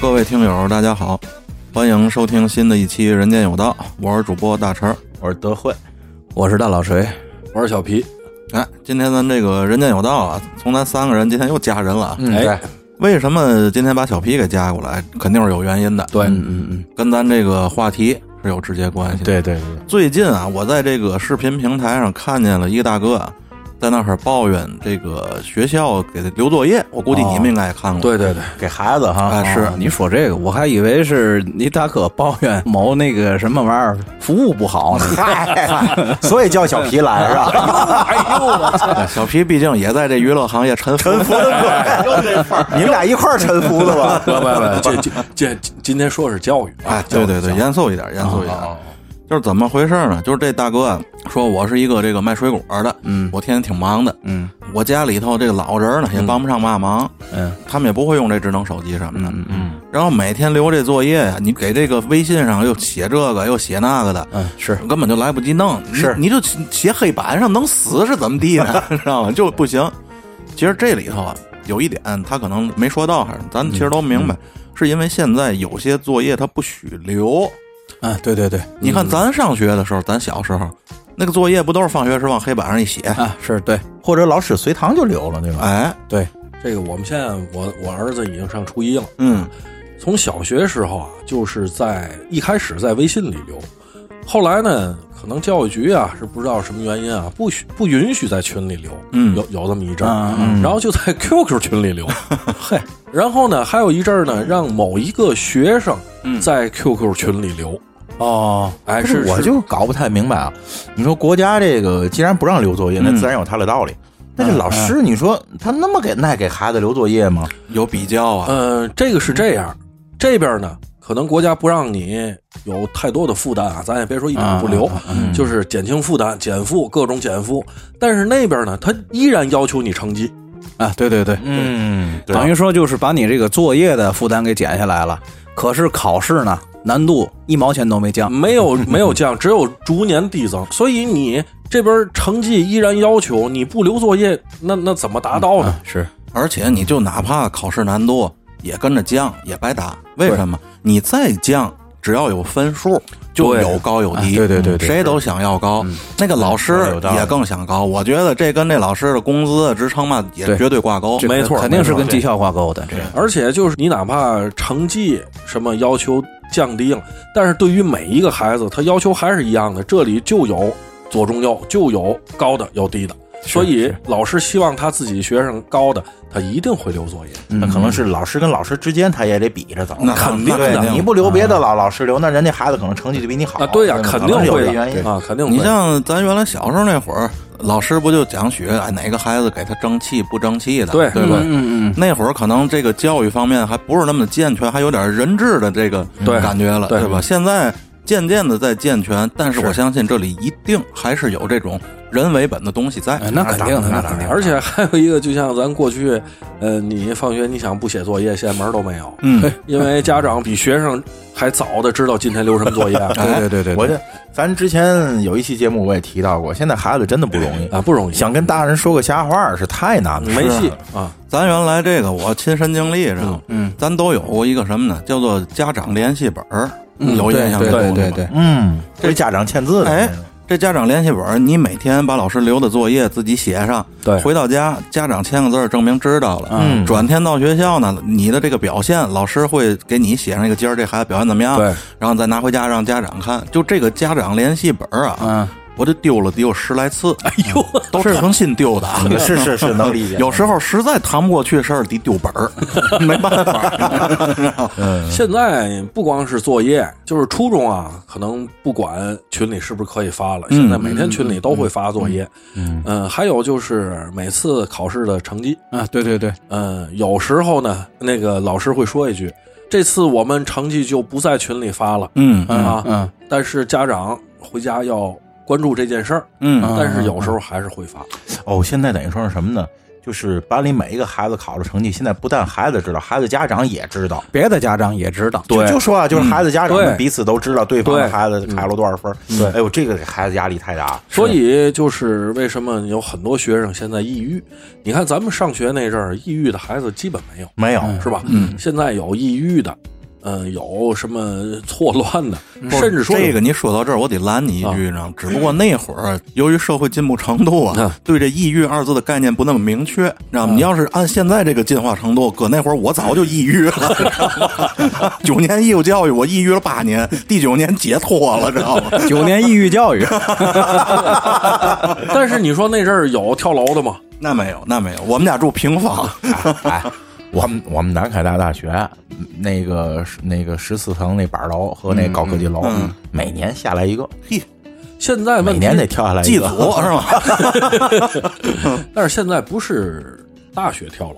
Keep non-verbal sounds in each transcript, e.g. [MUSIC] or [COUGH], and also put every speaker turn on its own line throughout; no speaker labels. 各位听友，大家好，欢迎收听新的一期《人间有道》，我是主播大陈儿。
我是德惠，
我是大老锤，
我是小皮，
哎，今天咱这个《人间有道》啊，从咱三个人今天又加人了啊。
嗯，
哎
对，
为什么今天把小皮给加过来，肯定是有原因的，
对，
嗯嗯嗯，
跟咱这个话题是有直接关系的。
对对对，
最近啊，我在这个视频平台上看见了一个大哥啊，在那儿抱怨这个学校给他留作业，我估计你们应该也看过。
对对对，
给孩子哈，
啊是
哦你说这个，我还以为是你大哥抱怨某那个什么玩意儿服务不好呢。
[LAUGHS] 嗨，所以叫小皮来是 [LAUGHS] 吧？
对，哎小皮毕竟也在这娱乐行业沉浮。
你们俩一块儿沉浮的 [LAUGHS] 吧？
[LAUGHS] 不不不，这这这今今天说是教育啊，
哎，对对对，严肃一点，严肃一点。
啊，
就是怎么回事呢？就是这大哥啊，说我是一个这个卖水果的，嗯，我天天挺忙的，嗯，我家里头这个老人呢也帮不上嘛忙，
嗯，
他们也不会用这智能手机什么的，嗯嗯，然后每天留这作业呀，你给这个微信上又写这个又写那个的，
嗯，是
根本就来不及弄，
是
你你就写黑板上能死是怎么地呢？ [LAUGHS] 知道吗？就不行。其实这里头啊，有一点他可能没说到，还是咱其实都明白，是因为现在有些作业它不许留。
啊，对对对，
你看咱上学的时候，咱小时候那个作业不都是放学时往黑板上一写？
啊，是对
或者老师随堂就留啊了，对吧？
哎，
对，
这个我们现在我我儿子已经上初一了，
嗯，
从小学时候啊，就是在一开始在微信里留，后来呢，可能教育局啊是不知道什么原因啊，不许不允许在群里留，
嗯
有有这么一阵
嗯
儿，然后就在 QQ 群里留，嘿，然后呢，还有一阵儿呢，让某一个学生在 QQ 群里留，
哦，
哎，
不是，我就搞不太明白啊。你说国家这个既然不让留作业，那自然有他的道理。但是老师，你说他那么给爱给孩子留作业吗？
有比较啊，
呃，这个是这样，这边呢，可能国家不让你有太多的负担啊，咱也别说一点不留，就是减轻负担、减负各种减负。但是那边呢，他依然要求你成绩。
啊，对对对，
嗯，
等于说就是把你这个作业的负担给减下来了，可是考试呢难度一毛钱都没降。
嗯
没有没有降，只有逐年递增。所以你这边成绩依然要求，你不留作业，那那怎么达到呢？
是
而且你就哪怕考试难度也跟着降，也白打。为什么？你再降，只要有分数，就
对
有高有低。嗯
啊对对对对嗯
谁都想要高，那个老师
有道理
也更想高。我觉得这跟这老师的工资、职称嘛，也
对
绝对挂钩。
这
没错
肯定是
没错
跟绩效挂钩的。这个
而且就是你哪怕成绩什么要求降低了，但是对于每一个孩子，他要求还是一样的。这里就有左中右，就有高的，有低的。所以老师希望他自己学生高的，他一定会留作业。
嗯
那可能是老师跟老师之间他也得比着走。
那肯定
对
肯定
你不留别
嗯
的老老师留，那人家孩子可能成绩就比你好
啊，对呀、
吧
肯
可
定
能是有
会
这原因
的。啊，肯定会。
你像咱原来小时候那会儿，老师不就讲学哎哪个孩子给他争气不争气的，
对
对吧？
嗯嗯
那会儿可能这个教育方面还不是那么的健全，还有点人治的这个
对
感觉了，
对
对吧？现在渐渐的在健全，但是我相信这里一定还是有这种人为本的东西在。
哎那肯定的，那肯定的。
而且还有一个，就像咱过去，呃，你放学你想不写作业，现在门儿都没有，
嗯，
因为家长比学生还早的知道今天留什么作业啊
[LAUGHS] 对对对对，
我这咱之前有一期节目我也提到过，现在孩子真的不容易，
啊，不容
[LAUGHS]
易，
想跟大人说个瞎话儿是太难了。
没
是
戏啊。
咱原来这个我亲身经历，知道吗？嗯，咱都有过一个什么呢？叫做家长联系本儿，有印象这
嗯对
东西吗
对对对，
嗯，这家长签字的，
哎，这家长联系本儿，你每天把老师留的作业自己写上，
对
回到家家长签个字儿证明知道了。
嗯
转天到学校呢，你的这个表现，老师会给你写上一个今儿这孩子表现怎么样，
对，
然后再拿回家让家长看。就这个家长联系本儿啊，
嗯，
我就丢了得有十来次，哎呦，都是诚心丢的啊。
是是是能理解。
[LAUGHS] 有时候实在谈不过去事儿，得丢本儿，没办法。嗯
现在不光是作业，就是初中啊，可能不管群里是不是可以发了，现在每天群里都会发作业。嗯，还有就是每次考试的成绩，
啊，对对对，
嗯，有时候呢，那个老师会说一句：“这次我们成绩就不在群里发了。
嗯
啊
嗯嗯，
但是家长回家要关注这件事儿，
嗯
但是有时候还是会发。
哦，现在等于说是什么呢？就是班里每一个孩子考的成绩，现在不但孩子知道，孩子家长也知道。
别的家长也知道，嗯
对
就说啊，就是孩子家长们
对
彼此都知道对方的
对
孩子考了多少分儿。
对
哎呦，这个给孩子压力太大。
所以就是为什么有很多学生现在抑郁？你看咱们上学那阵儿，抑郁的孩子基本没有，
没有，
是吧？嗯，现在有抑郁的，嗯，有什么错乱的，甚至说
嗯
有
这个，你说到这儿，我得拦你一句，你知道吗？只不过那会儿啊由于社会进步程度
嗯
啊，对这“抑郁”二字的概念不那么明确，你知道吗？你要是按现在这个进化程度，搁那会儿我早就抑郁了， [LAUGHS] 知道吗九年义务教育我抑郁了八年，第九年解脱了，知道吗？ [LAUGHS]
九年抑郁教育，
但是你说那阵儿有跳楼的吗？
那没有，那没有，我们家住平房，
[LAUGHS] 哎，我们我们南开大大学那个那个十四层那板楼和
嗯
那高科技楼，每年下来一个，
现在
每
问题
年得跳下来一
祭
个
祖。
[LAUGHS]
是吗？
但是现在不是大学跳楼，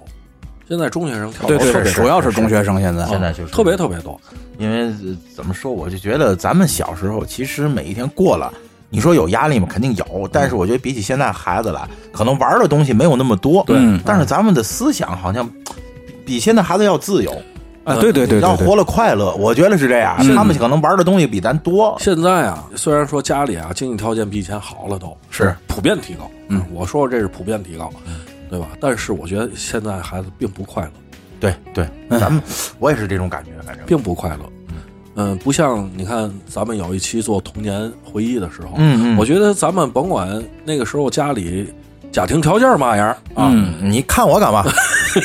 现在中学生跳楼
对对
特
对，
别
主要是中学生现在
现在就是
特别特别多。
因为呃怎么说，我就觉得咱们小时候其实每一天过了，你说有压力吗？肯定有，但是我觉得比起现在孩子来，可能玩的东西没有那么多，对
嗯
但是咱们的思想好像比现在孩子要自由，
啊，对对对
要
对对
活了快乐，我觉得是这样。他们可能玩的东西比咱多，
现在啊，虽然说家里啊经济条件比以前好了都，
是
普遍提高，嗯，我说这是普遍提高，对吧？但是我觉得现在孩子并不快乐，
对对，咱们我也是这种感觉，反正。
并不快乐。嗯，不像你看，咱们有一期做童年回忆的时候，
嗯嗯
我觉得咱们甭管那个时候家里家庭条件嘛样儿啊，
嗯，你看我干嘛？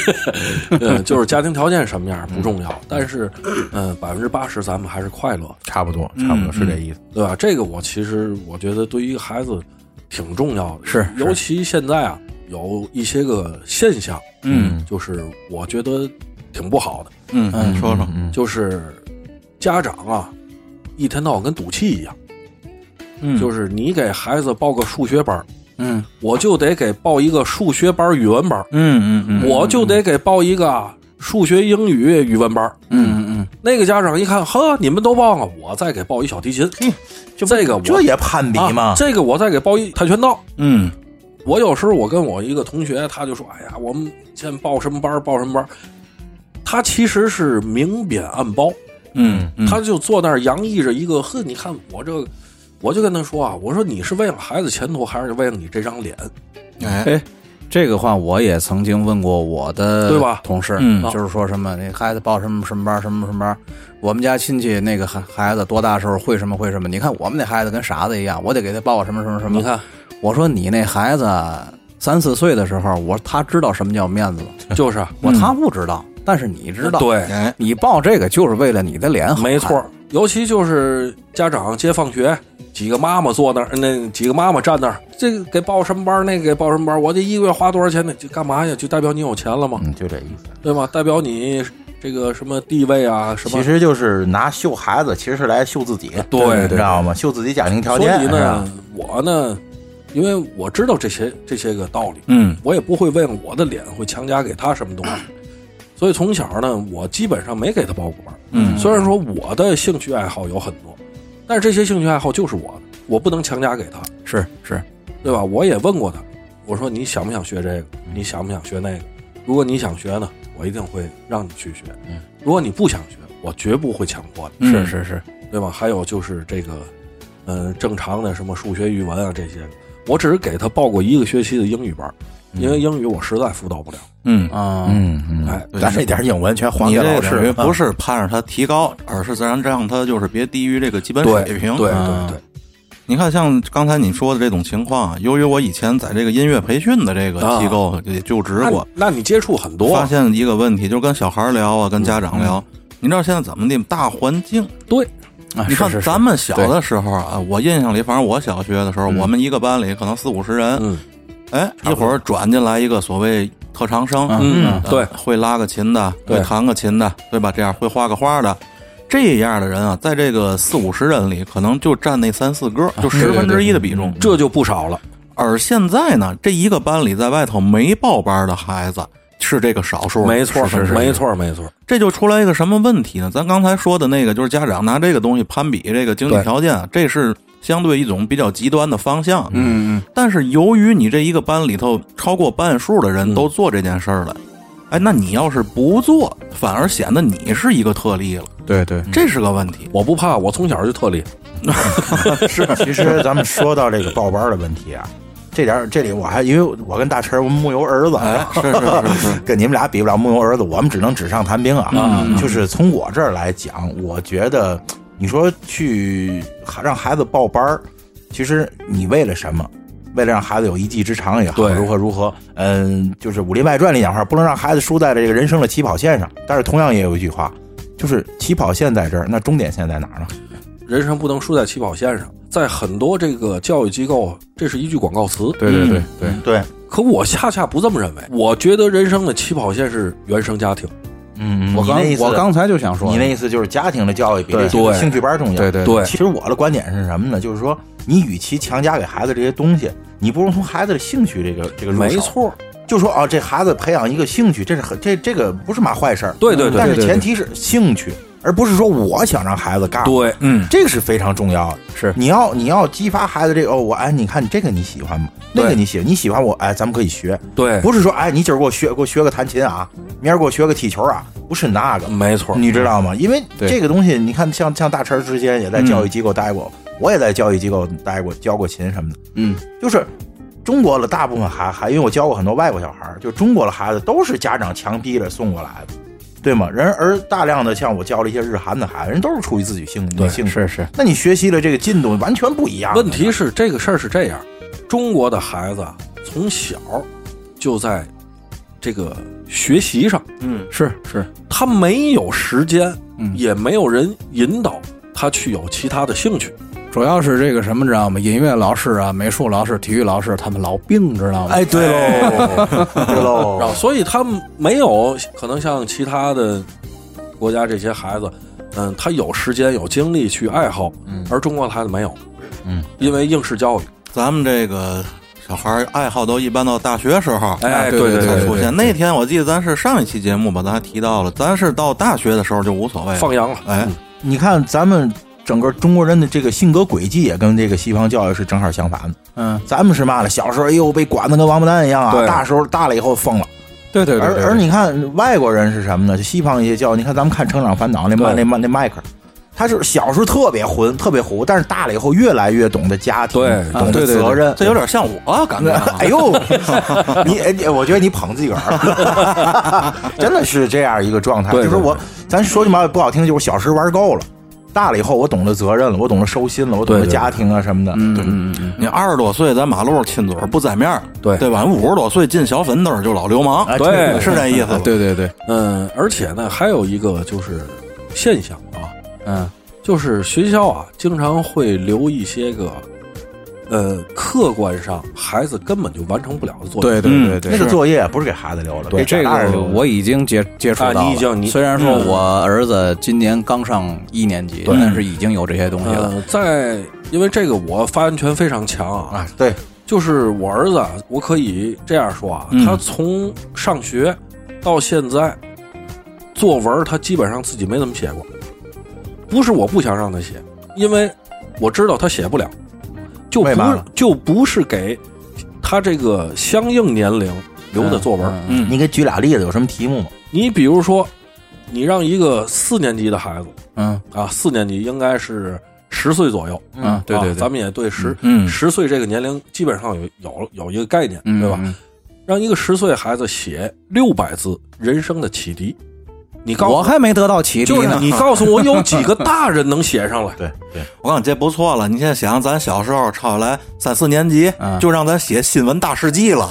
[LAUGHS]
嗯，就是家庭条件什么样儿不重要，但是，嗯，百分之八十咱们还是快乐的，
差不多，差不多是这意思。
对吧？这个我其实我觉得对于一个孩子挺重要的，
是
尤其现在啊，有一些个现象，
嗯
就是我觉得挺不好的，
嗯嗯，说说，
嗯，
就是家长啊，一天到晚跟赌气一样，
嗯
就是你给孩子报个数学班儿，
嗯
我就得给报一个数学班儿、语文班儿，
嗯嗯嗯，
我就得给报一个数学、英语、语文班儿。
嗯嗯
那个家长一看，呵，你们都报了，我再给报一小提琴，就这个我
这也攀比
啊
吗？
这个我再给报一跆拳道。
嗯
我有时候我跟我一个同学，他就说：“哎呀，我们先报什么班儿报什么班儿。”他其实是明贬暗褒，
嗯嗯，
他就坐那儿洋溢着一个呵，你看我这，我就跟他说啊，我说你是为了孩子前途，还是为了你这张脸？
哎
[LAUGHS] 嗯，哎，这个话我也曾经问过我的
对吧
同事，
嗯
就是说什么那孩子报什么什么班，什么什么班，我们家亲戚那个孩孩子多大时候会什么会什么，你看我们那孩子跟傻子一样，我得给他报什么什么什么。
你，看，
我说你那孩子三四岁的时候，我说他知道什么叫面子了，
就是啊
我他不知道，但是你 [LAUGHS] 知道，，
对，
哎，
你报这个就是为了你的脸好看，
没错儿。尤其就是家长接放学，几个妈妈坐那儿，那几个妈妈站那儿，这个给报什么班儿，那个给报什么班儿，我这一个月花多少钱呢？就干嘛呀？就代表你有钱了吗？
嗯，就这意思。
对吗？代表你这个什么地位啊，什么
其？实就是拿秀孩子，其实是来秀自己，
对对
你知道吗？秀自己家庭条
所
件，嗯
以
是吧
呢，我呢，因为我知道这些这些个道理，
嗯
我也不会为了我的脸会强加给他什么东西。
嗯
所以从小呢，我基本上没给他报过班。
嗯
虽然说我的兴趣爱好有很多，但是这些兴趣爱好就是我的，我不能强加给他，
是是，
对吧？我也问过他，我说你想不想学这个？你想不想学那个？如果你想学呢，我一定会让你去学。如果你不想学，我绝不会强迫你，
嗯
是是是，
对吧？还有就是这个，嗯，正常的什么数学、语文啊这些，我只是给他报过一个学期的英语班儿，因为英语我实在辅导不了。
嗯。
啊，
嗯嗯，
哎，
咱这点英文全还
你
给
这
老啊
个等于
师，
不是盼着他提高，而是自然这样他就是别低于这个基本
对
水平。
对
嗯
对对，
你看，像刚才你说的这种情况啊，由于我以前在这个音乐培训的这个机构也就职
那
过，
你那你接触很多
发
啊，
现一个问题，就跟小孩聊啊，跟家长聊。你知道现在怎么的？大环境，
对，
啊
你看
是是是
咱们小的时候啊，我印象里，反正我小学的时候，我们一个班里可能四五十人，
嗯
哎，一会儿转进来一个所谓特长生，呃
嗯，对，
会拉个琴的，
对
会弹个琴的，对吧？这样会画个画的，这样的人啊，在这个四五十人里，可能就占那三四
啊
个，就十分之一的比重。
这就不少了。
而现在呢，这一个班里在外头没报班的孩子是这个少数，
没错，
是是是
没错，没错。
这就出来一个什么问题呢？咱刚才说的那个，就是家长拿这个东西攀比这个经济条件啊，这是相对一种比较极端的方向。
嗯
但是由于你这一个班里头超过半数的
嗯
人都做这件事儿了，哎，那你要是不做，反而显得你是一个特例了，
嗯，对对，
这是个问题。
我不怕，我从小就特例。
[LAUGHS] 是，其实咱们说到这个报班的问题啊，这点儿这里我还因为我跟大陈儿我们木有儿子，啊
哎，是是是是，
跟你们俩比不了木有儿子，我们只能纸上谈兵啊。就是从我这儿来讲，我觉得你说去让孩子报班儿，其实你为了什么？为了让孩子有一技之长也好，
对
如何如何，嗯，就是《武林外传》里讲话，不能让孩子输在了这个人生的起跑线上。但是同样也有一句话，就是起跑线在这儿，那终点线在哪儿呢？
人生不能输在起跑线上，在很多这个教育机构，这是一句广告词。
对对对对，
对，
可我恰恰不这么认为，我觉得人生的起跑线是原生家庭。
嗯，
我
你那意
刚
思
我刚才就想说，
你那意思就是家庭的教育比这
对
个兴趣班重要。
对对
对
其实我的观点是什么呢？就是说，你与其强加给孩子这些东西，你不如从孩子的兴趣这个这个入手
没，错，
就说啊，这孩子培养一个兴趣，这是很这这个不是嘛坏事儿。
对对对
但是
对对
前提是兴趣，而不是说我想让孩子干。。
对，
[LAUGHS] 嗯，
这个是非常重要的，
是
你要你要激发孩子这个哦，我哎，你看这个你喜欢吗？那个
对
你喜你喜欢我哎，咱们可以学，
对，
不是说哎，你今儿给我学给我学个弹琴啊，明儿给我学个踢球啊，不是那个，
没错，
你知道
嗯
吗？因为
对
这个东西，你看像像大陈儿之前也在教育机构待过，我也在教育机构待过，教过琴什么的。
嗯，
就是中国的大部分孩孩，因为我教过很多外国小孩儿，就中国的孩子都是家长强逼着送过来的，对吗？人而大量的像我教了一些日韩的孩子，人都是出于自己兴趣
对
兴趣。
是是，
那你学习的这个进度完全不一样。
问题是这个事儿是这样，中国的孩子啊从小就在这个学习上，
是是，
他没有时间，
嗯
也没有人引导他去有其他的兴趣。
主要是这个什么，知道吗？音乐老师啊，美术老师、体育老师，他们老病，知道吗？
哎，对喽，
[LAUGHS]
对喽，
然后，所以他没有可能像其他的国家这些孩子，嗯，他有时间有精力去爱好，
嗯
而中国的孩子没有，
嗯，
因为应试教育，
咱们这个小孩儿爱好都一般到大学时候。
哎，
对
对
对
才
对
出现那天，我记得咱是上一期节目吧，咱还提到了，咱是到大学的时候就无所谓了。
放羊了，
哎
嗯，
你看咱们整个中国人的这个性格轨迹也跟这个西方教育是正好相反的。
嗯，
咱们是嘛了？小时候哎呦被管得跟王八蛋一样啊，
对
大时候大了以后疯了。
对对对，对
而而你看外国人是什么呢？就西方一些教育，你看咱们看《成长烦恼》那麦那
对
麦那迈克尔，他是小时候特别混，特别糊，但是大了以后越来越懂得家庭，
对
懂
啊
得
对对对
责任。
这有点像我感 [LAUGHS] 觉啊，
哎呦， [LAUGHS] 你哎你我觉得你捧自个儿， [LAUGHS] 真的是这样一个状态。
对
就是
对
我，咱说句嘛不好听，就是我小时候玩够了，大了以后我懂得责任了，我懂得收心了，我懂得
对对
家庭啊什么的。
嗯嗯嗯
你二十多岁在马路上亲嘴儿不沾面儿，
对
对吧？你五十多岁进小粉灯儿就老流氓，
哎
对
是这意思吧
嗯，？对对对，
嗯，而且呢，还有一个就是现象啊，
嗯，
就是学校啊，经常会留一些个，呃，客观上孩子根本就完成不了的作业。
对对对对，
嗯那个作业不是给孩子留的，
对
给
这
长大人
个
留的
我已经接接触到了。
啊你已经你
虽然说我儿子今年刚上一年级，
嗯
但是已经有这些东西了。
呃，在因为这个我发言权非常强啊，
啊，对，
就是我儿子啊，我可以这样说啊，
嗯
他从上学到现在，作文他基本上自己没怎么写过。不是我不想让他写，因为我知道他写不了，就不
为嘛呢
就不是给他这个相应年龄留的作文。
嗯
嗯，
你给举俩例子，有什么题目吗？？
你比如说，你让一个四年级的孩子
嗯
啊，四年级应该是十岁左右，
嗯嗯，对
啊
对对，
咱们也对十
嗯
十岁这个年龄基本上有有有一个概念，
嗯
对吧？
嗯
让一个十岁孩子写六百字人生的启迪，你告
我还没得到启迪
就是
呢。
你告诉我有几个大人能写
[LAUGHS]
上来
对对，
我感觉这不错了。你现在想，咱小时候抄下来三四年级，
嗯
就让咱写新闻大事记
[LAUGHS]
了，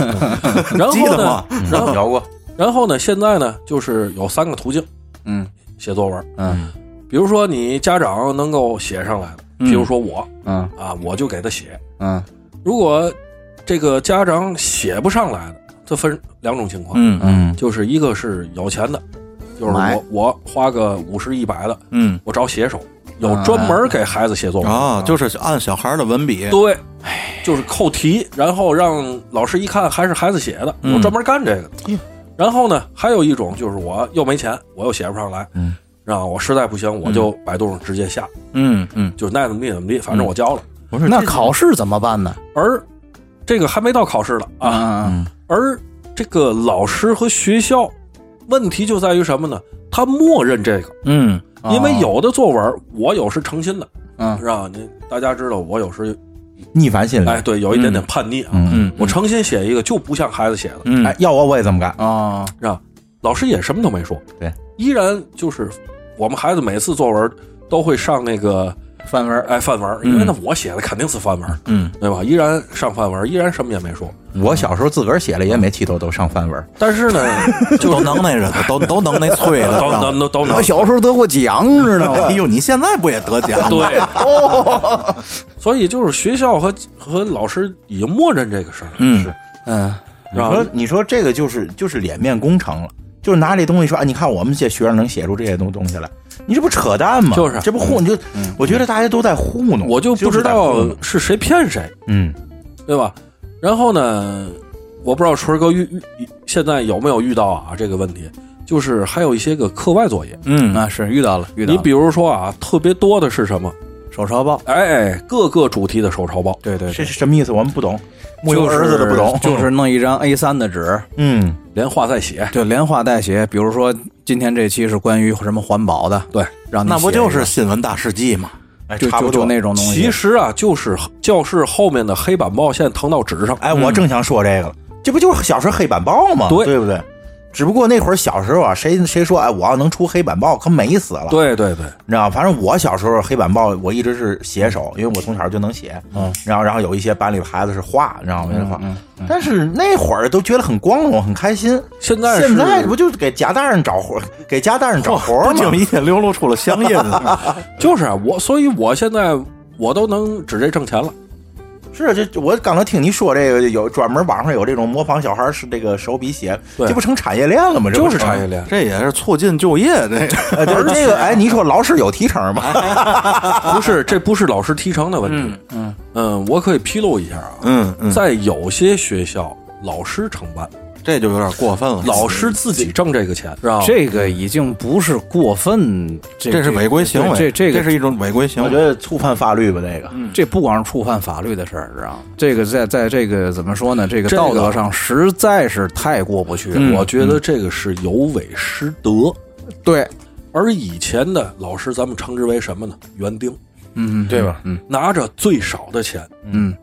然
记
后
得
呢
吗？？
然后
聊过，
然后呢？现在呢，就是有三个途径
嗯
写作文，
嗯
比如说你家长能够写上来的，比如说我
嗯
啊，我就给他写。
嗯
如果这个家长写不上来的，这分两种情况，啊
嗯嗯
嗯
就是一个是有钱的，就是
买
我我花个五十一百的，
嗯
我找写手，有专门给孩子写作文。
啊，就是按小孩的文笔，
对，哎就是扣题，然后让老师一看还是孩子写的，
嗯
我专门干这个的。
嗯
然后呢，还有一种就是我又没钱，我又写不上来，
嗯，
然后我实在不行，我就百度上直接下，
嗯嗯
就那怎么地怎么地，反正我交了。
不是
嗯那
这
考试怎么办呢？
而这个还没到考试了
嗯
啊，
啊，
而这个老师和学校问题就在于什么呢？他默认这个，
嗯
因为有的作文我有是诚心的，
哦嗯
是吧？你大家知道我有时
逆反心理。
哎，对，有一点点叛逆啊，
嗯
我诚心写一个就不像孩子写的，
嗯
哎，要我我也这么干。
啊，
是吧？老师也什么都没说，
对，
依然就是我们孩子每次作文都会上那个
范文
哎范文，因为那我写的肯定是范文，
嗯，
对吧？依然上范文，依然什么也没说，
我小时候自个儿写了也没剃头都上范文，
但是呢，
都能那人，都都能那催
[LAUGHS]
的，
都
是吧
能都都能
我。小时候得过奖，知道吗
哎？呦，你现在不也得奖了？
对， [LAUGHS] 所以就是学校和和老师已经默认这个事儿，
嗯，
嗯，
你
然后
说你说这个就是就是脸面工程了，就是拿这东西说啊，你看我们这学生能写出这些东东西来，你这不扯淡吗？
就是
这不糊，你就我觉得大家都在糊弄，
我就不知
就是
道
在糊弄
是谁骗谁，
嗯
对吧？然后呢，我不知道春儿哥遇遇现在有没有遇到啊这个问题，就是还有一些个课外作业，
嗯
那啊是遇到了，遇到
你
了
比如说啊，特别多的是什么？
手抄报，
哎，各个主题的手抄报，
对对
这
对，
是什么意思？我们不懂，木有
就是
儿子的不懂，
就是弄
[LAUGHS]
一张 A 三的纸，
嗯
连画带写，
就连画带写。比如说今天这期是关于什么环保的，
对，
让你
那不
写一
就
个
是新闻大事记吗？
哎，
就
差不
就就
多
那种东西。
其实啊，就是教室后面的黑板报现在腾到纸上，嗯
哎，我正想说这个了，这不就是小时候黑板报吗？
对
对不对？只不过那会儿小时候啊，谁谁说哎，我要能出黑板报，可美死了。
对对对，
你知道，反正我小时候黑板报我一直是写手，因为我从小就能写。嗯，然后然后有一些班里的孩子是画，你知道吗？画、但是那会儿都觉得很光荣，很开心。
现在是
现在不就是哦给家大人找活，给家大人找活
不
吗？
经意间流露出了乡音。
就是啊我，所以我现在我都能指这挣钱了。
是这我刚才听你说这个，有专门网上有这种模仿小孩是这个手笔写，
对
这不成产业链了吗？这不
就是产业链。
这也是促进就业，这个
呃，就是这 [LAUGHS] 个，哎，你说老师有提成吗？
[LAUGHS] 不是，这不是老师提成的问题。嗯我可以披露一下啊，
嗯嗯，
在有些学校，老师承办，
这就有点过分了。
老师自己挣这个钱，是吧？
这个已经不是过分，这
这是违规行为，
这这个嗯
这是一种违规行
我觉
为。
得触犯法律吧，这个。
这不光是触犯法律的事儿，知道吗？这个在在这个怎么说呢？这个
这个
道德上实在是太过不去了。
嗯
我觉得这个是有违师德。
对，
而以前的老师，咱们称之为什么呢？园丁，
嗯，
对吧？
嗯
拿着最少的钱，
嗯，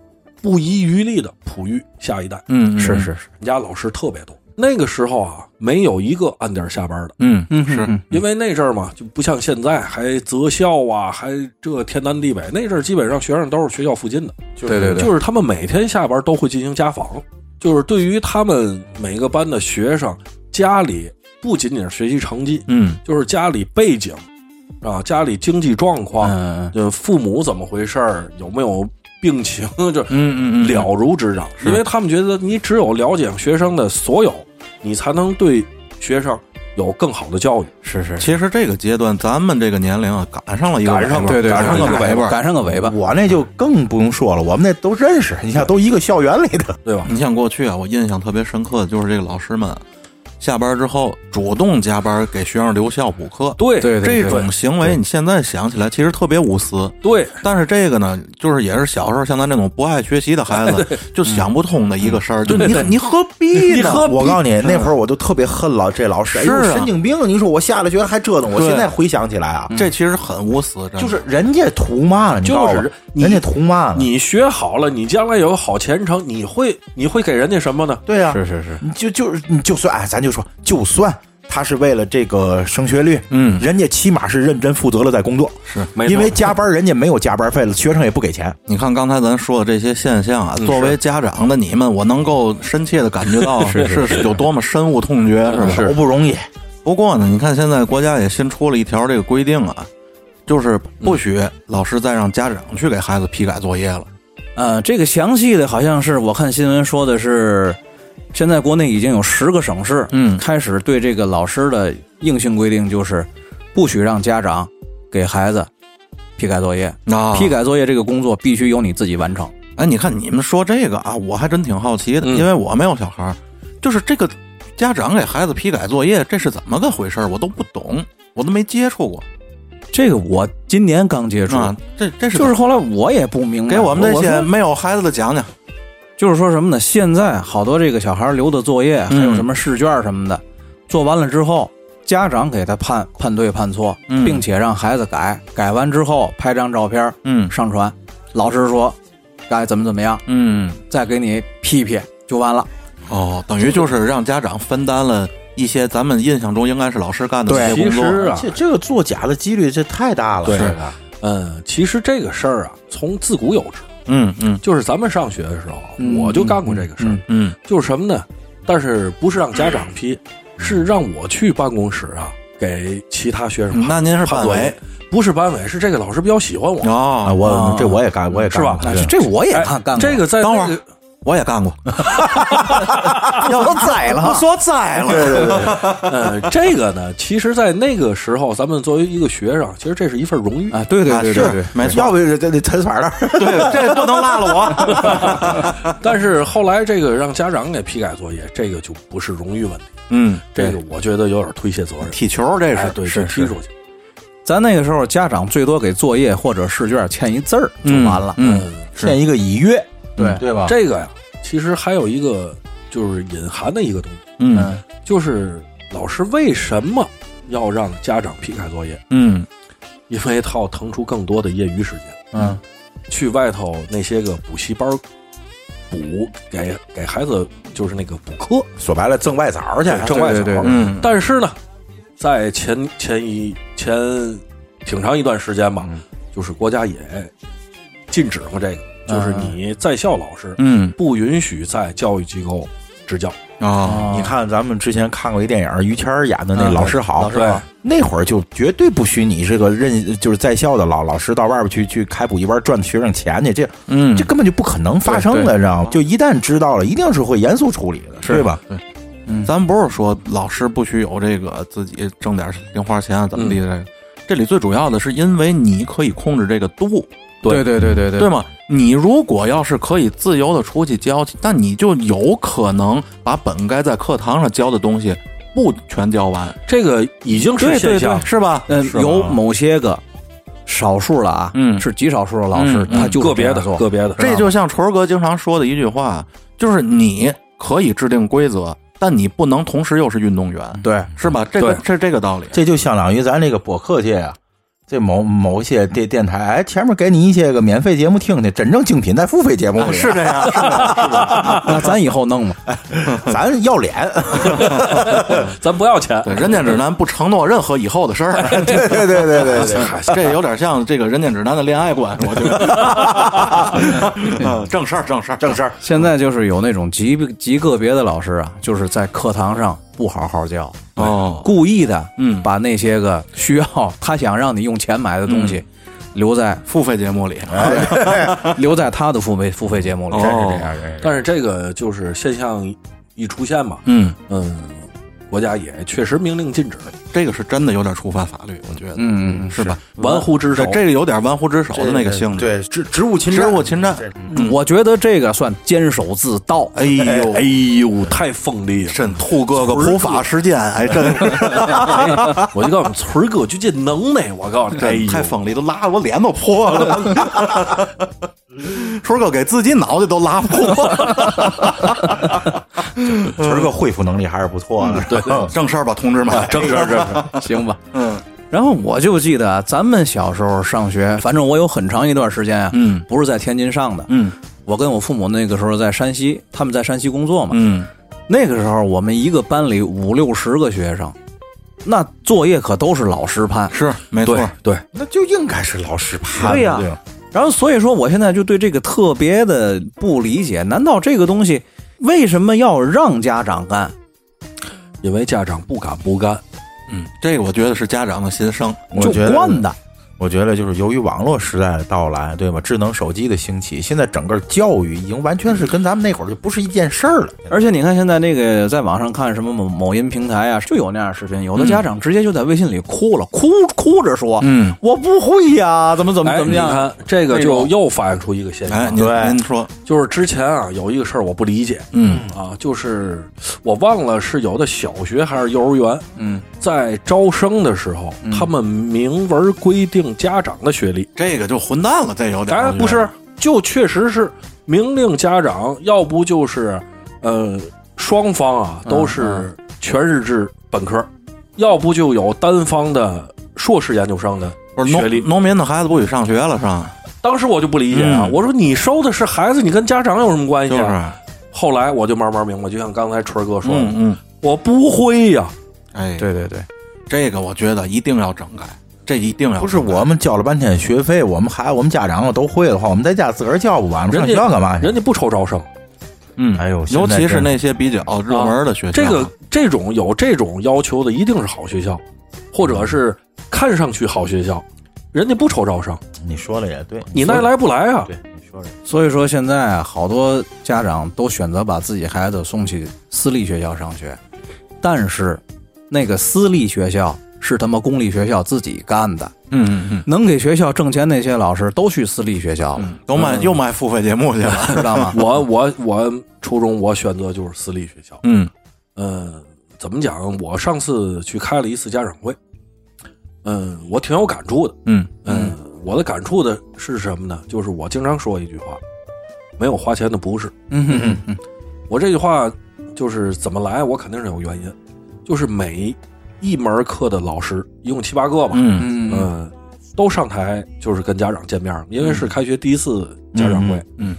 不遗余力的哺育下一代。
嗯，嗯
是，是是，
我们家老师特别多，那个时候啊，没有一个按点下班的。
嗯
嗯
是，
嗯
因为那阵儿嘛，就不像现在还择校啊，还这天南地北。那阵儿基本上学生都是学校附近的，就是
对对对
就是他们每天下班都会进行家访，就是对于他们每个班的学生，家里不仅仅是学习成绩，
嗯
就是家里背景啊，家里经济状况，
嗯
呃，父母怎么回事儿，有没有病情， [LAUGHS] 这
嗯嗯嗯，
了如指掌，因为他们觉得你只有了解学生的所有，你才能对学生有更好的教育。
是是，
其实这个阶段，咱们这个年龄啊，赶上了一个
赶上
尾巴
对对，
赶上
对
个尾巴。
赶上个尾巴。
我那就更不用说了，我们那都认识，你看都一个校园里的，
对吧？
你像过去啊，我印象特别深刻的就是这个老师们下班之后主动加班给学生留校补课，
对
对对
这种行为，你现在想起来其实特别无私。
对
但是这个呢，就是也是小时候像咱这种不爱学习的孩子 [LAUGHS] 就想不通的一个事儿，就你你何必呢？
我告诉你，那会儿我就特别恨老这老师，哎呦
是啊
神经病！你说我下了学还折腾，我
对嗯
现在回想起来啊，
这其实很无私，真的
就是人家图嘛了，你知道
就
吧
是？你
人家图嘛了，
你学好了，你将来有好前程，你会你会给人家什么呢？
对啊，
是是是，
你就就是你就算哎，咱就说，就算他是为了这个升学率，
嗯
人家起码是认真负责了在工作，是
没错
因为加班人家没有加班费了，学生也不给钱，
你看刚才咱说的这些现象啊，作为家长的你们，我能够深切的感觉到是是有多么深恶痛绝，是吧？
好不容易，
不过呢，你看现在国家也新出了一条这个规定啊，就是不许老师再让家长去给孩子批改作业了。
呃，这个详细的好像是我看新闻说的是，现在国内已经有十个省市，
嗯
开始对这个老师的硬性规定就是，不许让家长给孩子批改作业，
啊，
批改作业这个工作必须由你自己完成。
哎，你看你们说这个啊，我还真挺好奇的，
嗯
因为我没有小孩儿，就是这个家长给孩子批改作业，这是怎么个回事儿？我都不懂，我都没接触过。
这个我今年刚接触，
啊，这这是
就是后来我也不明白，
给我们
我
这些
说
没有孩子的讲讲，
就是说什么呢？现在好多这个小孩留的作业，还
嗯
有什么试卷什么的，做完了之后，家长给他判判对判错，
嗯
并且让孩子改，改完之后拍张照片
嗯
上传，老师说该怎么怎么样，
嗯，
再给你批批就完了。
哦，等于就是让家长分担了一些咱们印象中应该是老师干的
对
这些工
其实
作，
啊
这这个作假的几率这太大了，啊
对
这个
嗯，其实这个事儿啊，从自古有之，
嗯嗯
就是咱们上学的时候，
嗯
我就干过这个事儿。
嗯
嗯
就是什么呢？但是不是让家长批，是让我去办公室啊，给其他学生
嗯，
判
那您是
判
班
作业
委
不是班委，是这个老师比较喜欢我。
哦
啊，我
啊
这我也干，我也干
是吧
过
哎
这
[LAUGHS]
个
这我也
哎
看干过，
这个在
等会儿
那个
我也干过，
[LAUGHS]
要都宰
我
了。
啊说栽了，
呃， [LAUGHS] 这个呢，其实，在那个时候，咱们作为一个学生，其实这是一份荣誉。
啊，对对对对对
是，没
要
错，
不这这陈反了，
对，啊这不能落了我，
但是后来这个让家长给批改作业，这个就不是荣誉问题，
嗯，
这个我觉得有点推卸责任。
踢球这
哎
是
对，
是
就踢出去。
咱那个时候家长最多给作业或者试卷签一字儿就完了。
嗯是
欠一个嗯已约，
对
对吧？
这个呀，其实还有一个就是隐含的一个东西。
嗯
就是老师为什么要让家长批改作业？
嗯
因为他要腾出更多的业余时间，
嗯，
去外头那些个补习班儿补，给给孩子就是那个补课。
说白了挣外枣去，
对挣外
对对
枣
对
嗯，
但是呢，在前前一前挺长一段时间
嗯
吧，就是国家也禁止过这个，就是你在校老师
嗯
不允许在教育机构执教。
啊，
你看，咱们之前看过一电影，于谦儿演的那《老师好》，
对老师好
那会儿就绝对不许你这个任就是在校的老老师到外边去去开补习班赚学生钱去，这
嗯
这根本就不可能发生的，知道吗？就一旦知道了，一定是会严肃处理的，对吧？？
对，咱不是说老师不许有这个自己挣点零花钱啊，怎么地的。这里最主要的是，因为你可以控制这个度，
对对对对对
对吗？你如果要是可以自由的出去教，那你就有可能把本该在课堂上教的东西不全教完，
这个已经是现象，
是吧？
嗯，
吧
有某些个少数了啊，
嗯
是极少数的老师
嗯，嗯
他就是
个别的
这样做
个别的，
这就像锤儿哥经常说的一句话，就是你可以制定规则，但你不能同时又是运动员，
嗯对，
是吧？这个
对
这这个道理。
这就相当于咱这个播客界啊。这某某些电电台，哎，前面给你一些个免费节目听听，真正精品在付费节目里、啊
是这样，是
啊那咱以后
[LAUGHS]
弄吧。
咱要脸，
咱不要钱，
对，人间指南不承诺任何以后的事儿，
对对对对嗯对对，
嗨
这有点像这个人间指南的恋爱观，我觉
[LAUGHS]
得。嗯正事儿，正事儿，
正事儿。
现在就是有那种极极个别的老师啊，就是在课堂上不好好教，
哦，
故意的，
嗯
把那些个需要他想让你用钱买的东
嗯
西，留在
付费节目里，
哎
留在他的付费付费节目里。
哦
真是这样，真是这样
但是这个就是现象一出现嘛，
嗯，
嗯，国家也确实明令禁止，
这个是真的有点触犯法律，我觉得，
嗯嗯嗯
是吧？
玩忽职守
这这个有点玩忽职守的那个性质，
对职职务侵
职
占，
务侵占。
我觉得这个算坚守自盗。
哎呦，
[LAUGHS] 哎呦，太锋利了！
真兔哥哥普法实践，哎，真
[LAUGHS] 我就告 [LAUGHS] 诉你，村儿哥就这能耐，我告
[LAUGHS]
诉你，哎
真
呦，
太锋利，都拉得我脸都破了。 [LAUGHS] 春哥给自己脑袋都拉破了。
其实个恢复能力还是不错的。对，
[LAUGHS] 啊正事儿吧，同志们，
正事儿正事儿，
行吧，
[LAUGHS] 嗯。
然后我就记得啊咱们小时候上学，反正我有很长一段时间啊，
嗯
不是在天津上的，
嗯
我跟我父母那个时候在山西，他们在山西工作嘛，
嗯，
那个时候我们一个班里五六十个学生，那作业可都是老师判，
是没错
对。对，
那就应该是老师判的
对呀
吧
然后所以说我现在就对这个特别的不理解，难道这个东西为什么要让家长干？
因为家长不敢不干，
嗯，这个我觉得是家长的心声。
我
就
觉得
惯的，
我觉得就是由于网络时代的到来，对吧？智能手机的兴起，现在整个教育已经完全是跟咱们那会儿就不是一件事儿了。
而且你看，现在那个在网上看什么某某音平台啊，就有那样的视频，有的家长直接就在微信里哭了，哭哭着说：“嗯，我不会呀、怎么怎么
哎，
怎么
你
样。
看这个
那
就
种
又反映出一个现象
哎，
啊，
您
对
您说，
就是之前啊有一个事儿我不理解，
嗯
啊，就是我忘了是有的小学还是幼儿园，
嗯，
在招生的时候，他们明文规定家长的学历，
这个就混蛋了，这有点
当
儿
然不是，就确实是明令家长，要不就是呃双方啊都是全日制本科，要不就有单方的硕士研究生的
不是
学历
农。农民的孩子不许上学了是吧？
当时我就不理解啊，
嗯
我说你收的是孩子，你跟家长有什么关系、
就
啊？
是，
后来我就慢慢明白，就像刚才春儿哥说的，
嗯嗯，
我不会呀、
哎，
对对对，
这个我觉得一定要整改，这一定要
不是
整改
我们交了半天学费，我们孩子我们家长都会的话，我们在家自个儿教不完吗？上
人
学
家
校干嘛去？
人家不愁招生，
嗯，
哎呦，
尤
现在
其是
真
那啊些比较热门的学校，
这个这种有这种要求的，一定是好学校，或者是看上去好学校，人家不愁招生，
你说了也对，
你
说
那
了
来不来啊？
对你说了也
所以说，现在啊好多家长都选择把自己孩子送去私立学校上学，但是那个私立学校是他妈公立学校自己干的，
嗯嗯嗯，
能给学校挣钱那些老师都去私立学校了，
都卖又卖付费节目去了，
知道吗？
我我我初中我选择就是私立学校，
嗯
嗯、怎么讲？我上次去开了一次家长会，嗯、我挺有感触的，
嗯
嗯、我的感触的是什么呢？就是我经常说一句话，没有花钱的不是，
嗯哼哼哼
我这句话就是怎么来，我肯定是有原因，就是每一门课的老师，一共七八个吧，
嗯
嗯嗯
嗯，都上台就是跟家长见面儿，因为是开学第一次家长会，
嗯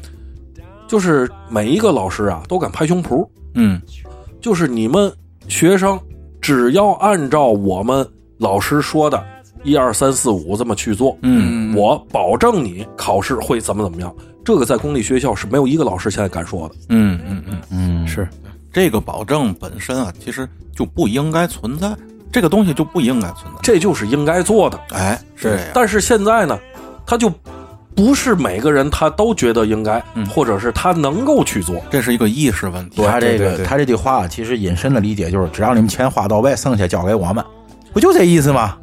就是每一个老师啊都敢拍胸脯，
嗯
就是你们学生只要按照我们老师说的一二三四五这么去做，
嗯
我保证你考试会怎么怎么样。这个在公立学校是没有一个老师现在敢说的。
嗯嗯嗯，
嗯
是
这个保证本身啊，其实就不应该存在，这个东西就不应该存在。
这就是应该做的。
哎，是这样，
但是现在呢，他就不是每个人他都觉得应该，或者是他能够去做。
[LAUGHS] 这是一个意识问题。
他这
对对
个
对
他这句话其实引申的理解就是，只要你们钱花到位，剩下交给我们，不就这意思吗？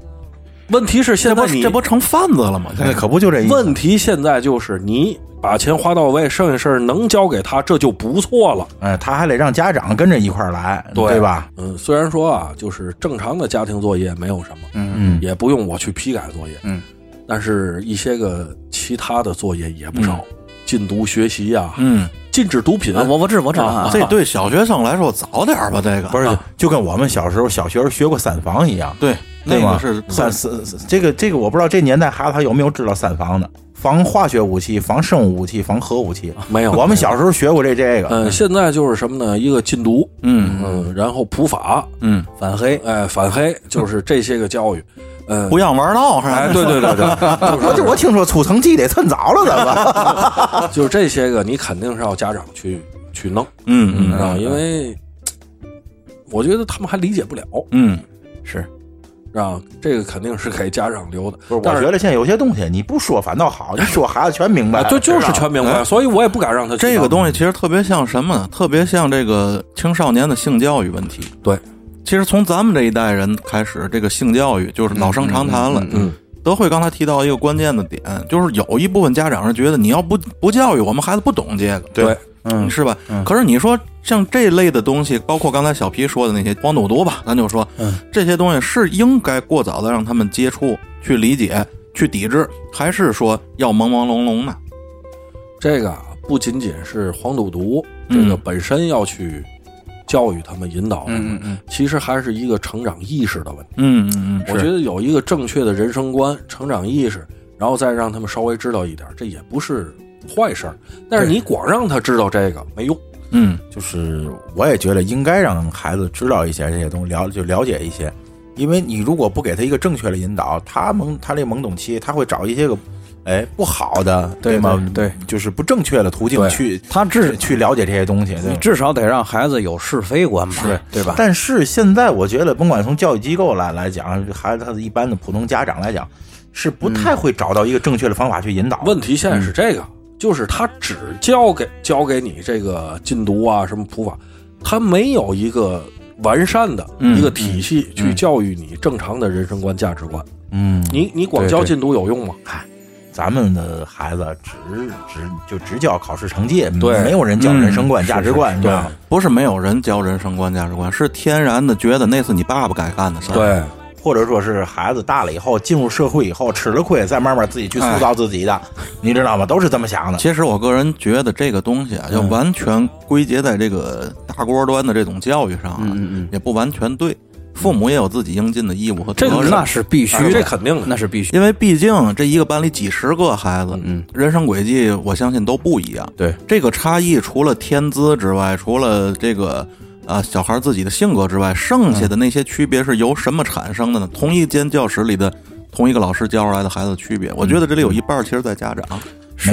问题是现
这
在
不
你嗯
这不成贩子了吗？这
那可不就这意思？
问题现在就是你把钱花到位，剩下事儿能交给他，这就不错了。
哎，他还得让家长跟着一块儿来，
对
对吧？
嗯，虽然说啊，就是正常的家庭作业没有什么，
嗯
也不用我去批改作业，
嗯，
但是一些个其他的作业也不少，禁毒学习呀、
嗯，
禁止毒品，
啊我我知我知道啊，
这对小学生来说早点吧，这个
不是，就跟我们小时候小学时候学过三防一样，
对，那
对吗嗯
个是
三三三这个这个我不知道这年代孩子还有没有知道三防的，防化学武器、防生物武器、防核武器。
没有。
我们小时候学过这这个，
哎嗯、现在就是什么呢？一个禁毒，
嗯
嗯，然后普法，
嗯，
反黑，
哎，反黑，就是这些个教育，
[LAUGHS]
嗯，
不让玩闹是吧？
哎，对对
[LAUGHS]
对对，
我就我听说出成绩得趁早了，怎么？
就是这些个，你肯定是要家长去去弄，
嗯嗯
啊，因为我觉得他们还理解不了，
嗯，
是
啊，这个肯定是给家长留的。
不是，
但
我觉得现在有些东西你不说反倒好，你说孩子全明白
啊，
了。
对，就
知
是
道
全明白，所以我也不敢让他去
哎这
弄
个东西其实特别像什么呢？特别像这个青少年的性教育问题。
对，
其实从咱们这一代人开始，这个性教育就是老生常谈了。嗯，德惠刚才提到一个关键的点，就是有一部分家长是觉得你要不不教育我们孩子不懂这个，
对，
嗯，是吧？可是你说像这类的东西，包括刚才小皮说的那些黄赌毒吧，咱就说，嗯，这些东西是应该过早的让他们接触、去理解、去抵制，还是说要朦朦胧胧呢？
这个啊，不仅仅是黄赌毒，这个本身要去教育他们、引导他们，其实还是一个成长意识的问题。
嗯嗯
我觉得有一个正确的人生观、成长意识，然后再让他们稍微知道一点，这也不是坏事儿。但是你光让他知道这个没用，
嗯
就是我也觉得应该让孩子知道一些这些东西，了就了解一些，因为你如果不给他一个正确的引导，他懵他这懵懂期，他会找一些个哎不好的，
对
吗？
对对，
就是不正确的途径
对
去
他至
去了解这些东西。对
你至少得让孩子有是非观吧，对对吧？
但是现在我觉得，甭管从教育机构来来讲，还是他的一般的普通家长来讲，是不太会找到一个正确的方法去引导。
问题现在是这个，就是他只教给教给你这个禁毒啊，什么普法，他没有一个完善的
嗯
一个体系去教育你正常的人生观、价值观。
嗯，
你你光
对
教
对
禁毒有用吗？
咱们的孩子只只就只教考试成绩，
对
没有人教
嗯
人生观、价值观，
是
你知道吗？
不是没有人教人生观、价值观，是天然的觉得那是你爸爸该干的事儿。，
或者说是孩子大了以后进入社会以后吃了亏，再慢慢自己去塑造自己的，你知道吗？都是这么想的。
其实我个人觉得这个东西啊，
嗯
要完全归结在这个大锅端的这种教育上啊，
嗯嗯
也不完全对。父母也有自己应尽的义务和责
这个
任，
那是必须
哎
的，
这肯定的
那是必须。
因为毕竟这一个班里几十个孩子，
嗯
人生轨迹我相信都不一样。
对，
这个差异除了天资之外，除了这个啊小孩自己的性格之外，剩
嗯
下的那些区别是由什么产生的呢？同一间教室里的同一个老师教出来的孩子的区别，我觉得这里
嗯
有一半儿其实在家长。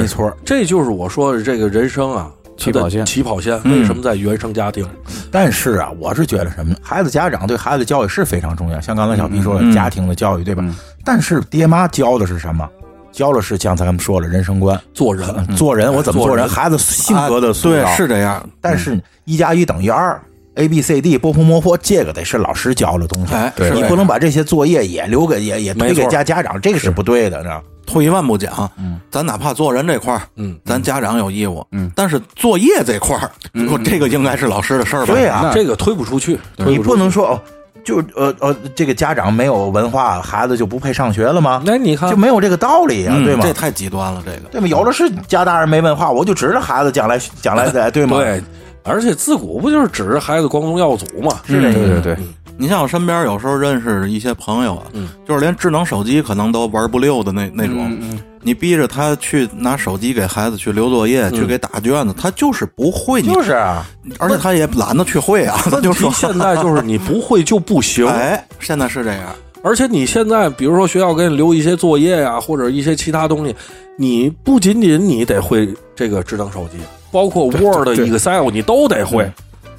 没错，
这就是我说的这个人生啊，
起跑线
它的
嗯
起跑线为什么在原生家庭？
但是啊，我是觉得什么呢？孩子家长对孩子的教育是非常重要，像刚才小皮说的，
嗯嗯
家庭的教育，对吧？
嗯
但是爹妈教的是什么？教的是像咱们说了人生观，
做人
嗯
做人我怎么做
做
人，
人
孩子性格的
啊
塑造。
对是这样，
但是一加一等于二，A B C D 波普摩坡，这个得是老师教的东西。
哎是
你
的
不能把这些作业也留给也也推
没
给
错
家家长，这个是不对的，知道吗？
退一万步讲，嗯，咱哪怕做人这块儿，
嗯，
咱家长有义务，嗯，但是作业这块儿，
嗯
这个应该是老师的事儿吧？
对啊，
这个推不出去，推
你
不出
不
去。
能说哦，就呃呃，这个家长没有文化，孩子就不配上学了吗？
哎，你看
就，没有这个道理啊，
嗯，
对吗
这？太极端了，这个
对吗？有的是家大人没文化，我就指着孩子将来将来在，对吗？
对，而且自古不就是指着孩子光宗耀祖嘛？
嗯是这意思。
对，
你像我身边有时候认识一些朋友啊，
嗯
就是连智能手机可能都玩不溜的那那种，
嗯
你逼着他去拿手机给孩子去留作业、
嗯
去给打卷子，他就是不会，你
就是啊，
而且他也懒得去会啊， [LAUGHS] 他就
问
说
题现在就是你不会就不行，
哎，现在是这样，
而且你现在比如说学校给你留一些作业呀、或者一些其他东西，你不仅仅你得会这个智能手机，包括 Word、Excel 你都得会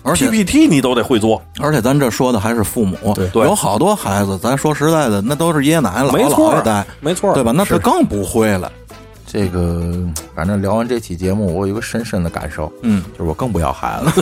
而且
，PPT 你都得会做，
而且咱这说的还是父母，
对对
有好多孩子，咱说实在的，那都是爷爷奶奶、姥
没
姥
错
姥爷带，
没错，
对吧？那他
是
更不会了。
这个反正聊完这期节目，我有一个深深的感受，
嗯，
就是我更不要孩子。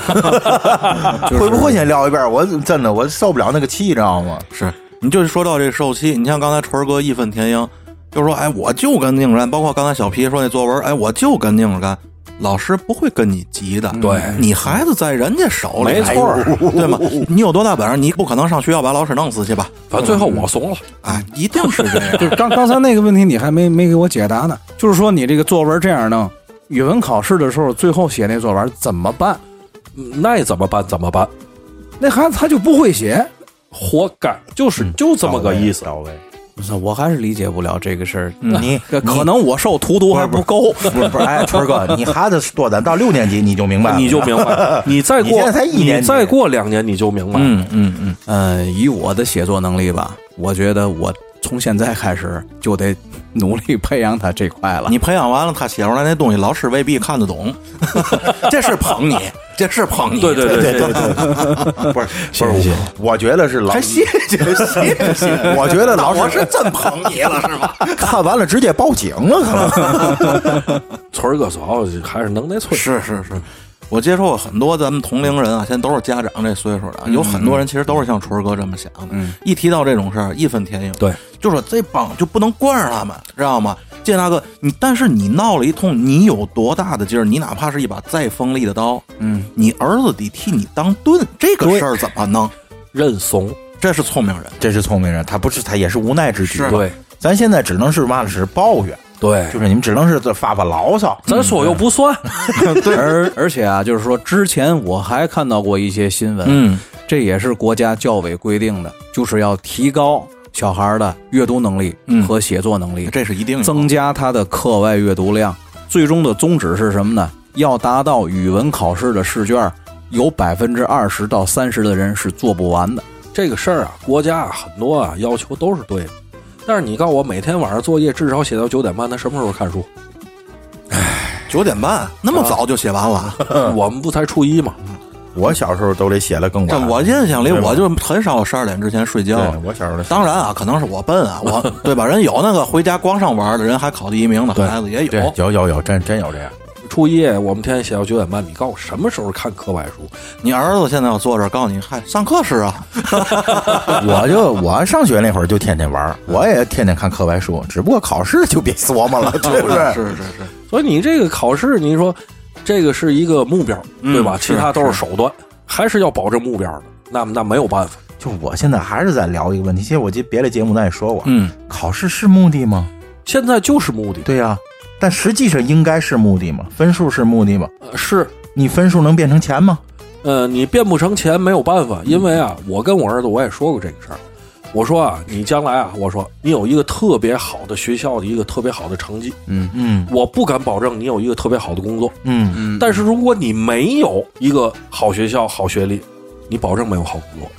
会不会先聊一遍？我真的我受不了那个气，知道吗？
是，你就说到这受气，你像刚才纯儿哥义愤填膺，就说哎，我就跟宁干，包括刚才小皮说那作文，哎，我就跟宁干。老师不会跟你急
嗯
的，
对
你孩子在人家手里，
没错
哎呦对吗？你有多大本事，你不可能上学校把老师弄死去吧？
反正最后我怂了，
啊，一定是这样。
[LAUGHS]
就是刚刚才那个问题你还没没给我解答呢，就是说你这个作文这样弄，语文考试的时候最后写那作文怎么办？
嗯那怎么办？怎么办？
那孩子他就不会写，
活该，就是就这么个意思。
到位。
不是，我还是理解不了这个事儿。
嗯
你
可 [LAUGHS] 可能我受荼毒还不够，
不是不是，哎，春儿哥，你孩子多咱到六年级你就明白了，
你就明白了，你再
你
过
现在才一年级
你再过两年你就明白了。
嗯嗯嗯，
嗯、以我的写作能力吧，我觉得我从现在开始就得努力培养他这块了。
你培养完了，他写出来那东西，老师未必看得懂。 [LAUGHS] 这是捧你，这是捧你。
对对对对对对，
不是不是，我我觉得是老
还谢谢谢谢，
[LAUGHS] 我觉得老
我
师
是真捧你了是吧？
看完了直接报警了，可能。
村儿哥主要还是能耐村。
是是是，我接触过很多咱们同龄人啊，现在都是家长这岁数的啊，有很多人其实都是像纯儿哥这么想的，一提到这种事儿义愤填膺，
对，
就说这帮就不能惯着他们，知道吗？建大哥，你但是你闹了一通，你有多大的劲儿？你哪怕是一把再锋利的刀，嗯，你儿子得替你当盾，这个事儿怎么弄？
认怂，
这是聪明人，
这是聪明人，他不是他也是无奈之举。
是
对哎
咱现在只能是嘛是抱怨，
对，
就是你们只能是发发牢骚。
咱说又不 [LAUGHS] 算，
而而且啊，就是说之前我还看到过一些新闻，
嗯，
这也是国家教委规定的，就是要提高小孩儿的阅读能力和写作能力，
嗯这是一定有
增加他的课外阅读量。最终的宗旨是什么呢？要达到语文考试的试卷，有百分之二十到三十的人是做不完的。
这个事儿啊，国家啊很多啊要求都是对的，但是你告诉我，每天晚上作业至少写到九点半，他什么时候看书？
九点半那么早就写完了。
我们不才初一嘛，
我小时候都得写的更
但
晚。
我印象里，
对吧
我就很少十二点之前睡觉。
对，我小时候
当然啊，可能是我笨啊，
[LAUGHS]
我对吧？人有那个回家光上玩的人，还考第一名的孩子也
对
有。
有有有，真真有这样。
初一我们天天写到九点半。你告诉我什么时候看课外书？
你儿子现在要坐这儿，告诉你，嗨，上课时啊，
我就我上学那会儿就天天玩儿，我也天天看课外书，只不过考试就别琢磨了，对不对？
是是是，
所以你这个考试，你说这个是一个目标，对吧？其他都嗯是手段，还是要保证目标的。那那没有办法，
就我现在还是在聊一个问题，其实我记得别的节目咱也说过，
嗯，
考试是目的吗？
现在就是目的，
对呀、但实际上应该是目的吗？分数是目的吗？
呃是
你分数能变成钱吗？
呃，你变不成钱没有办法，因为啊，我跟我儿子我也说过这个事儿。我说啊，你将来啊，我说你有一个特别好的学校的一个特别好的成绩，
嗯
我不敢保证你有一个特别好的工作，
嗯，
但是如果你没有一个好学校、好学历，你保证没有好工作。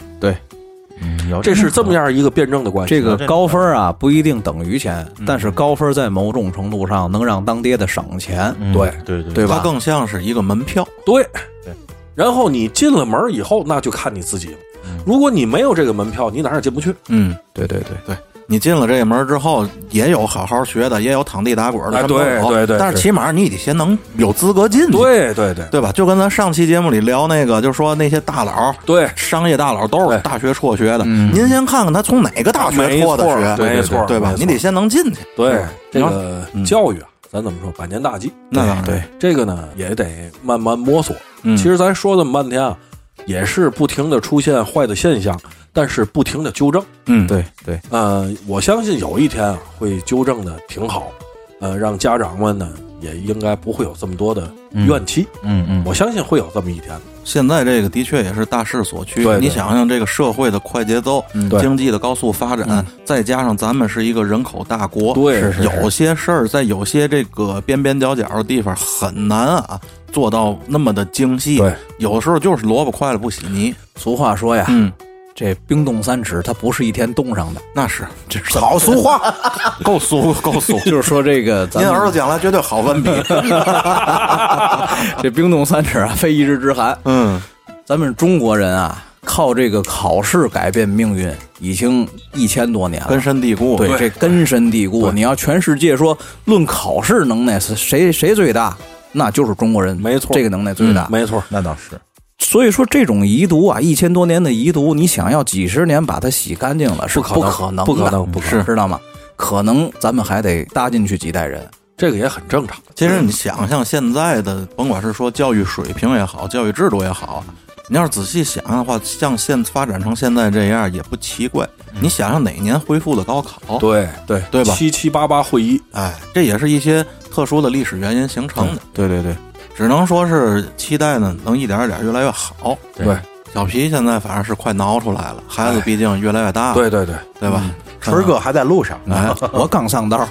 嗯有
这是这么样一个辩证的关系。
这个高分啊不一定等于钱，但是高分在某种程度上能让当爹的省钱，
嗯
对
对对
对
它
吧？
更像是一个门票。
对
对。
然后你进了门以后，那就看你自己了。如果你没有这个门票，你哪儿也进不去。
嗯，
对对对，
对你进了这门之后，也有好好学的，也有躺地打滚的，
哎
什么都有
对对对
但是
是
起码你得先能有资格进去，
对对对
对吧？就跟咱上期节目里聊那个，就说那些大佬。
对，
商业大佬都是
对嗯
大学辍学的，您先看看他从哪个大学
没
辍
错
的学，
没错，
对吧
没？错
你得先能进去，
对这
然后
个教育啊，咱怎么说百年大计？
那当然
对，
这个呢也得慢慢摸索。
嗯
其实咱说这么半天啊，也是不停的出现坏的现象，但是不停的纠正。
嗯，
对对，
呃，我相信有一天啊，会纠正的挺好，呃，让家长们呢也应该不会有这么多的怨气。
嗯嗯，
我相信会有这么一天的。
现在这个的确也是大势所趋。
对对嗯
你想想，这个社会的快节奏，嗯
对嗯
经济的高速发展，再加上咱们是一个人口大国，
对是是
有些事儿在有些这个边边角角的地方很难啊做到那么的精细。
对，
有时候就是萝卜快了不洗泥。
俗话说呀，
嗯，
这冰冻三尺，它不是一天冻上的。。
那是，这是
好俗
[LAUGHS]
话，
够俗够俗
就是说这个，
[LAUGHS]
咱
您
们
儿子将来绝对好文
[LAUGHS]
笔。
[LAUGHS] 这冰冻三尺啊，非一日之寒。
嗯，
咱们中国人啊，靠这个考试改变命运，已经一千多年了
根。深蒂固。
对，这根深蒂固。你要全世界说论考试能耐是谁谁最大，那就是中国人，
没错嗯
这个能耐最大。
没错，
那倒是，
所以说这种遗毒啊，一千多年的遗毒，你想要几十年把它洗干净了，是
不可
不
能
可能的，
不可能不可能
是知道吗？可能咱们还得搭进去几代人。
这个也很正常。
其实你想想现在的，甭管是说教育水平也好，教育制度也好，你要是仔细想想的话，像现发展成现在这样也不奇怪。你想想哪年恢复的高考，
对
对
对吧？
七七八八会议，
哎，这也是一些特殊的历史原因形成的，
对对对，
只能说是期待呢，能一点一点越来越好。
对
小皮现在反正是快挠出来了，孩子毕竟越来越大了，
对对对，
对吧？嗯
春儿哥还在路上，
哎，
我刚上道，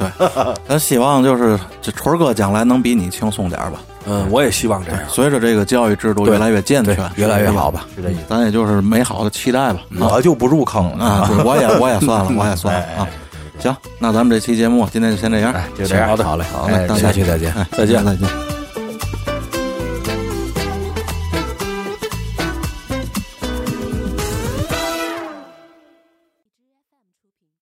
咱希望就是这春儿哥将来能比你轻松点儿吧。
嗯，我也希望这样。
随着这个教育制度越来越健全，
越来越好吧。
是这意思。
咱也就是美好的期待吧。
嗯
我就不入坑了，
啊，对我也我也算
[LAUGHS]
了，我也算了啊。
哎
行，那咱们这期节目今天就先这样，
就这样，
好嘞，好嘞，
哎
下期再见。
哎，再见，再见。